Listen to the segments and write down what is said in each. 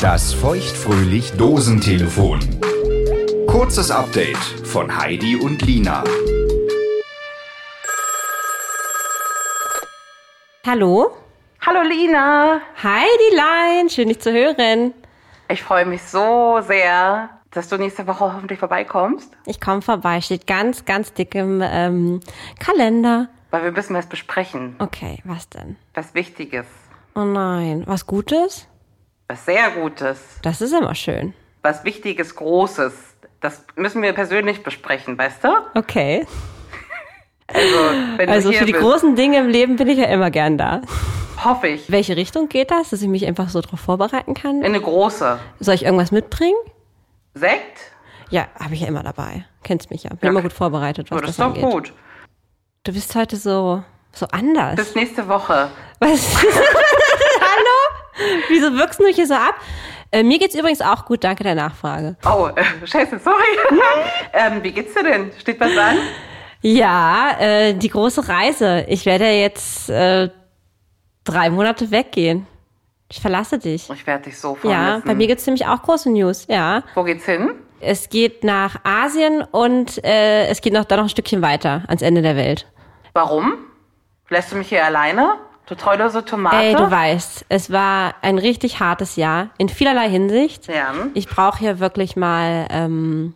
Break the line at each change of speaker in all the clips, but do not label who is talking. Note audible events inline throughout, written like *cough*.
Das feuchtfröhlich Dosentelefon. Kurzes Update von Heidi und Lina.
Hallo?
Hallo Lina,
Heidi Lein, schön dich zu hören.
ich freue mich so sehr, dass du nächste Woche hoffentlich vorbeikommst,
Ich komme vorbei, steht ganz, ganz dick im ähm, Kalender.
weil wir müssen was besprechen,
Okay, was denn?
was Wichtiges,
Oh nein, was Gutes?
was sehr Gutes,
Das ist immer schön.
was Wichtiges, Großes. Das müssen wir persönlich besprechen, weißt du?
Okay.
Also, wenn
Also
du hier
für die
bist,
großen Dinge im Leben bin ich ja immer gern da.
hoffe ich,
Welche Richtung geht das, dass ich mich einfach so drauf vorbereiten
in
kann?
eine große.
Soll ich irgendwas mitbringen?
Sekt? Oh,
Ja, habe ich ja immer dabei. Kennst mich ja. Bin immer gut vorbereitet, was
Oh, das ist
das
doch
angeht.
gut.
Du bist heute so so anders.
Bis nächste Woche.
Was? *laughs* Hallo? Wieso wirkst du mich hier so ab? Äh, mir geht's übrigens auch gut, danke der Nachfrage.
Oh, *laughs* äh, scheiße, sorry. ähm, wie geht's dir denn? Steht was an?
Ja, äh, die große Reise. Ich werde jetzt äh, drei Monate weggehen. Ich verlasse dich.
Ich werde dich so
Ja,
vermissen.
bei mir gibt's nämlich auch große News. Ja,
Wo geht's hin?
es geht nach Asien und äh, es geht noch dann noch ein Stückchen weiter ans Ende der Welt.
Warum? Lässt du mich hier alleine? Du treulose Tomate?
Ey, du weißt, es war ein richtig hartes Jahr in vielerlei Hinsicht.
Ja.
Ich brauche hier wirklich mal ähm,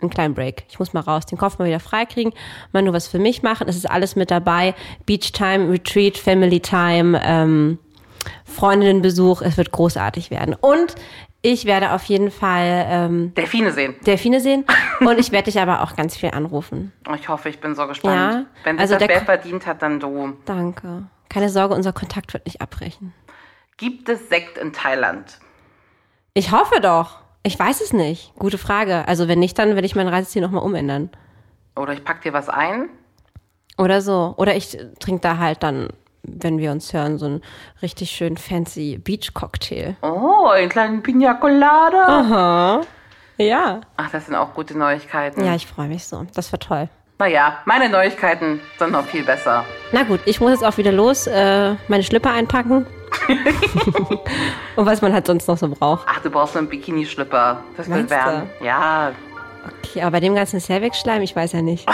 einen kleinen Break. Ich muss mal raus, den Kopf mal wieder freikriegen, mal nur was für mich machen. Es ist alles mit dabei. Beachtime, Retreat, Family Time, ähm, Freundinnenbesuch. Es wird großartig werden. Und ich werde auf jeden Fall ähm,
Delfine sehen.
Delfine sehen und ich werde dich aber auch ganz viel anrufen.
Ich hoffe, ich bin so gespannt.
Ja,
Wenn sich
also
das
der
wer
Ko-
verdient hat, dann du.
Danke. Keine Sorge, unser Kontakt wird nicht abbrechen.
Gibt es Sekt in Thailand?
Ich hoffe doch. Ich weiß es nicht. Gute Frage. Also wenn nicht, dann werde ich mein Reiseziel nochmal umändern.
Oder ich pack dir was ein?
Oder so. Oder ich trinke da halt dann, wenn wir uns hören, so einen richtig schönen fancy Beach-Cocktail.
Oh, einen kleinen Pina Colada.
Ja.
Ach, das sind auch gute Neuigkeiten.
Ja, ich freue mich so. Das war toll.
Naja, meine Neuigkeiten sind noch viel besser.
Na gut, ich muss jetzt auch wieder los, äh, meine Schlipper einpacken. Und was man halt sonst noch so braucht.
Ach, du brauchst so einen Bikini-Schlipper. Das
Meinst
wird werden. Ja,
Okay, aber bei dem ganzen Cervix-Schleim, ich weiß ja nicht.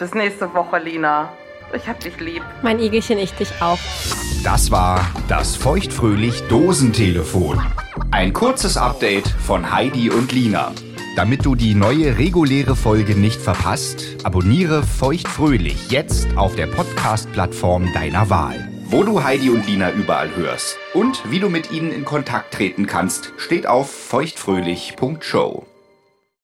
bis nächste Woche, Lina. Ich hab dich lieb.
Mein Igelchen, ich dich auch.
Das war das feuchtfröhlich Dosentelefon. Ein kurzes Update von Heidi und Lina. Damit du die neue reguläre Folge nicht verpasst, abonniere feuchtfröhlich jetzt auf der Podcast-Plattform deiner Wahl. Wo du Heidi und Lina überall hörst und wie du mit ihnen in Kontakt treten kannst, steht auf feuchtfröhlich.show.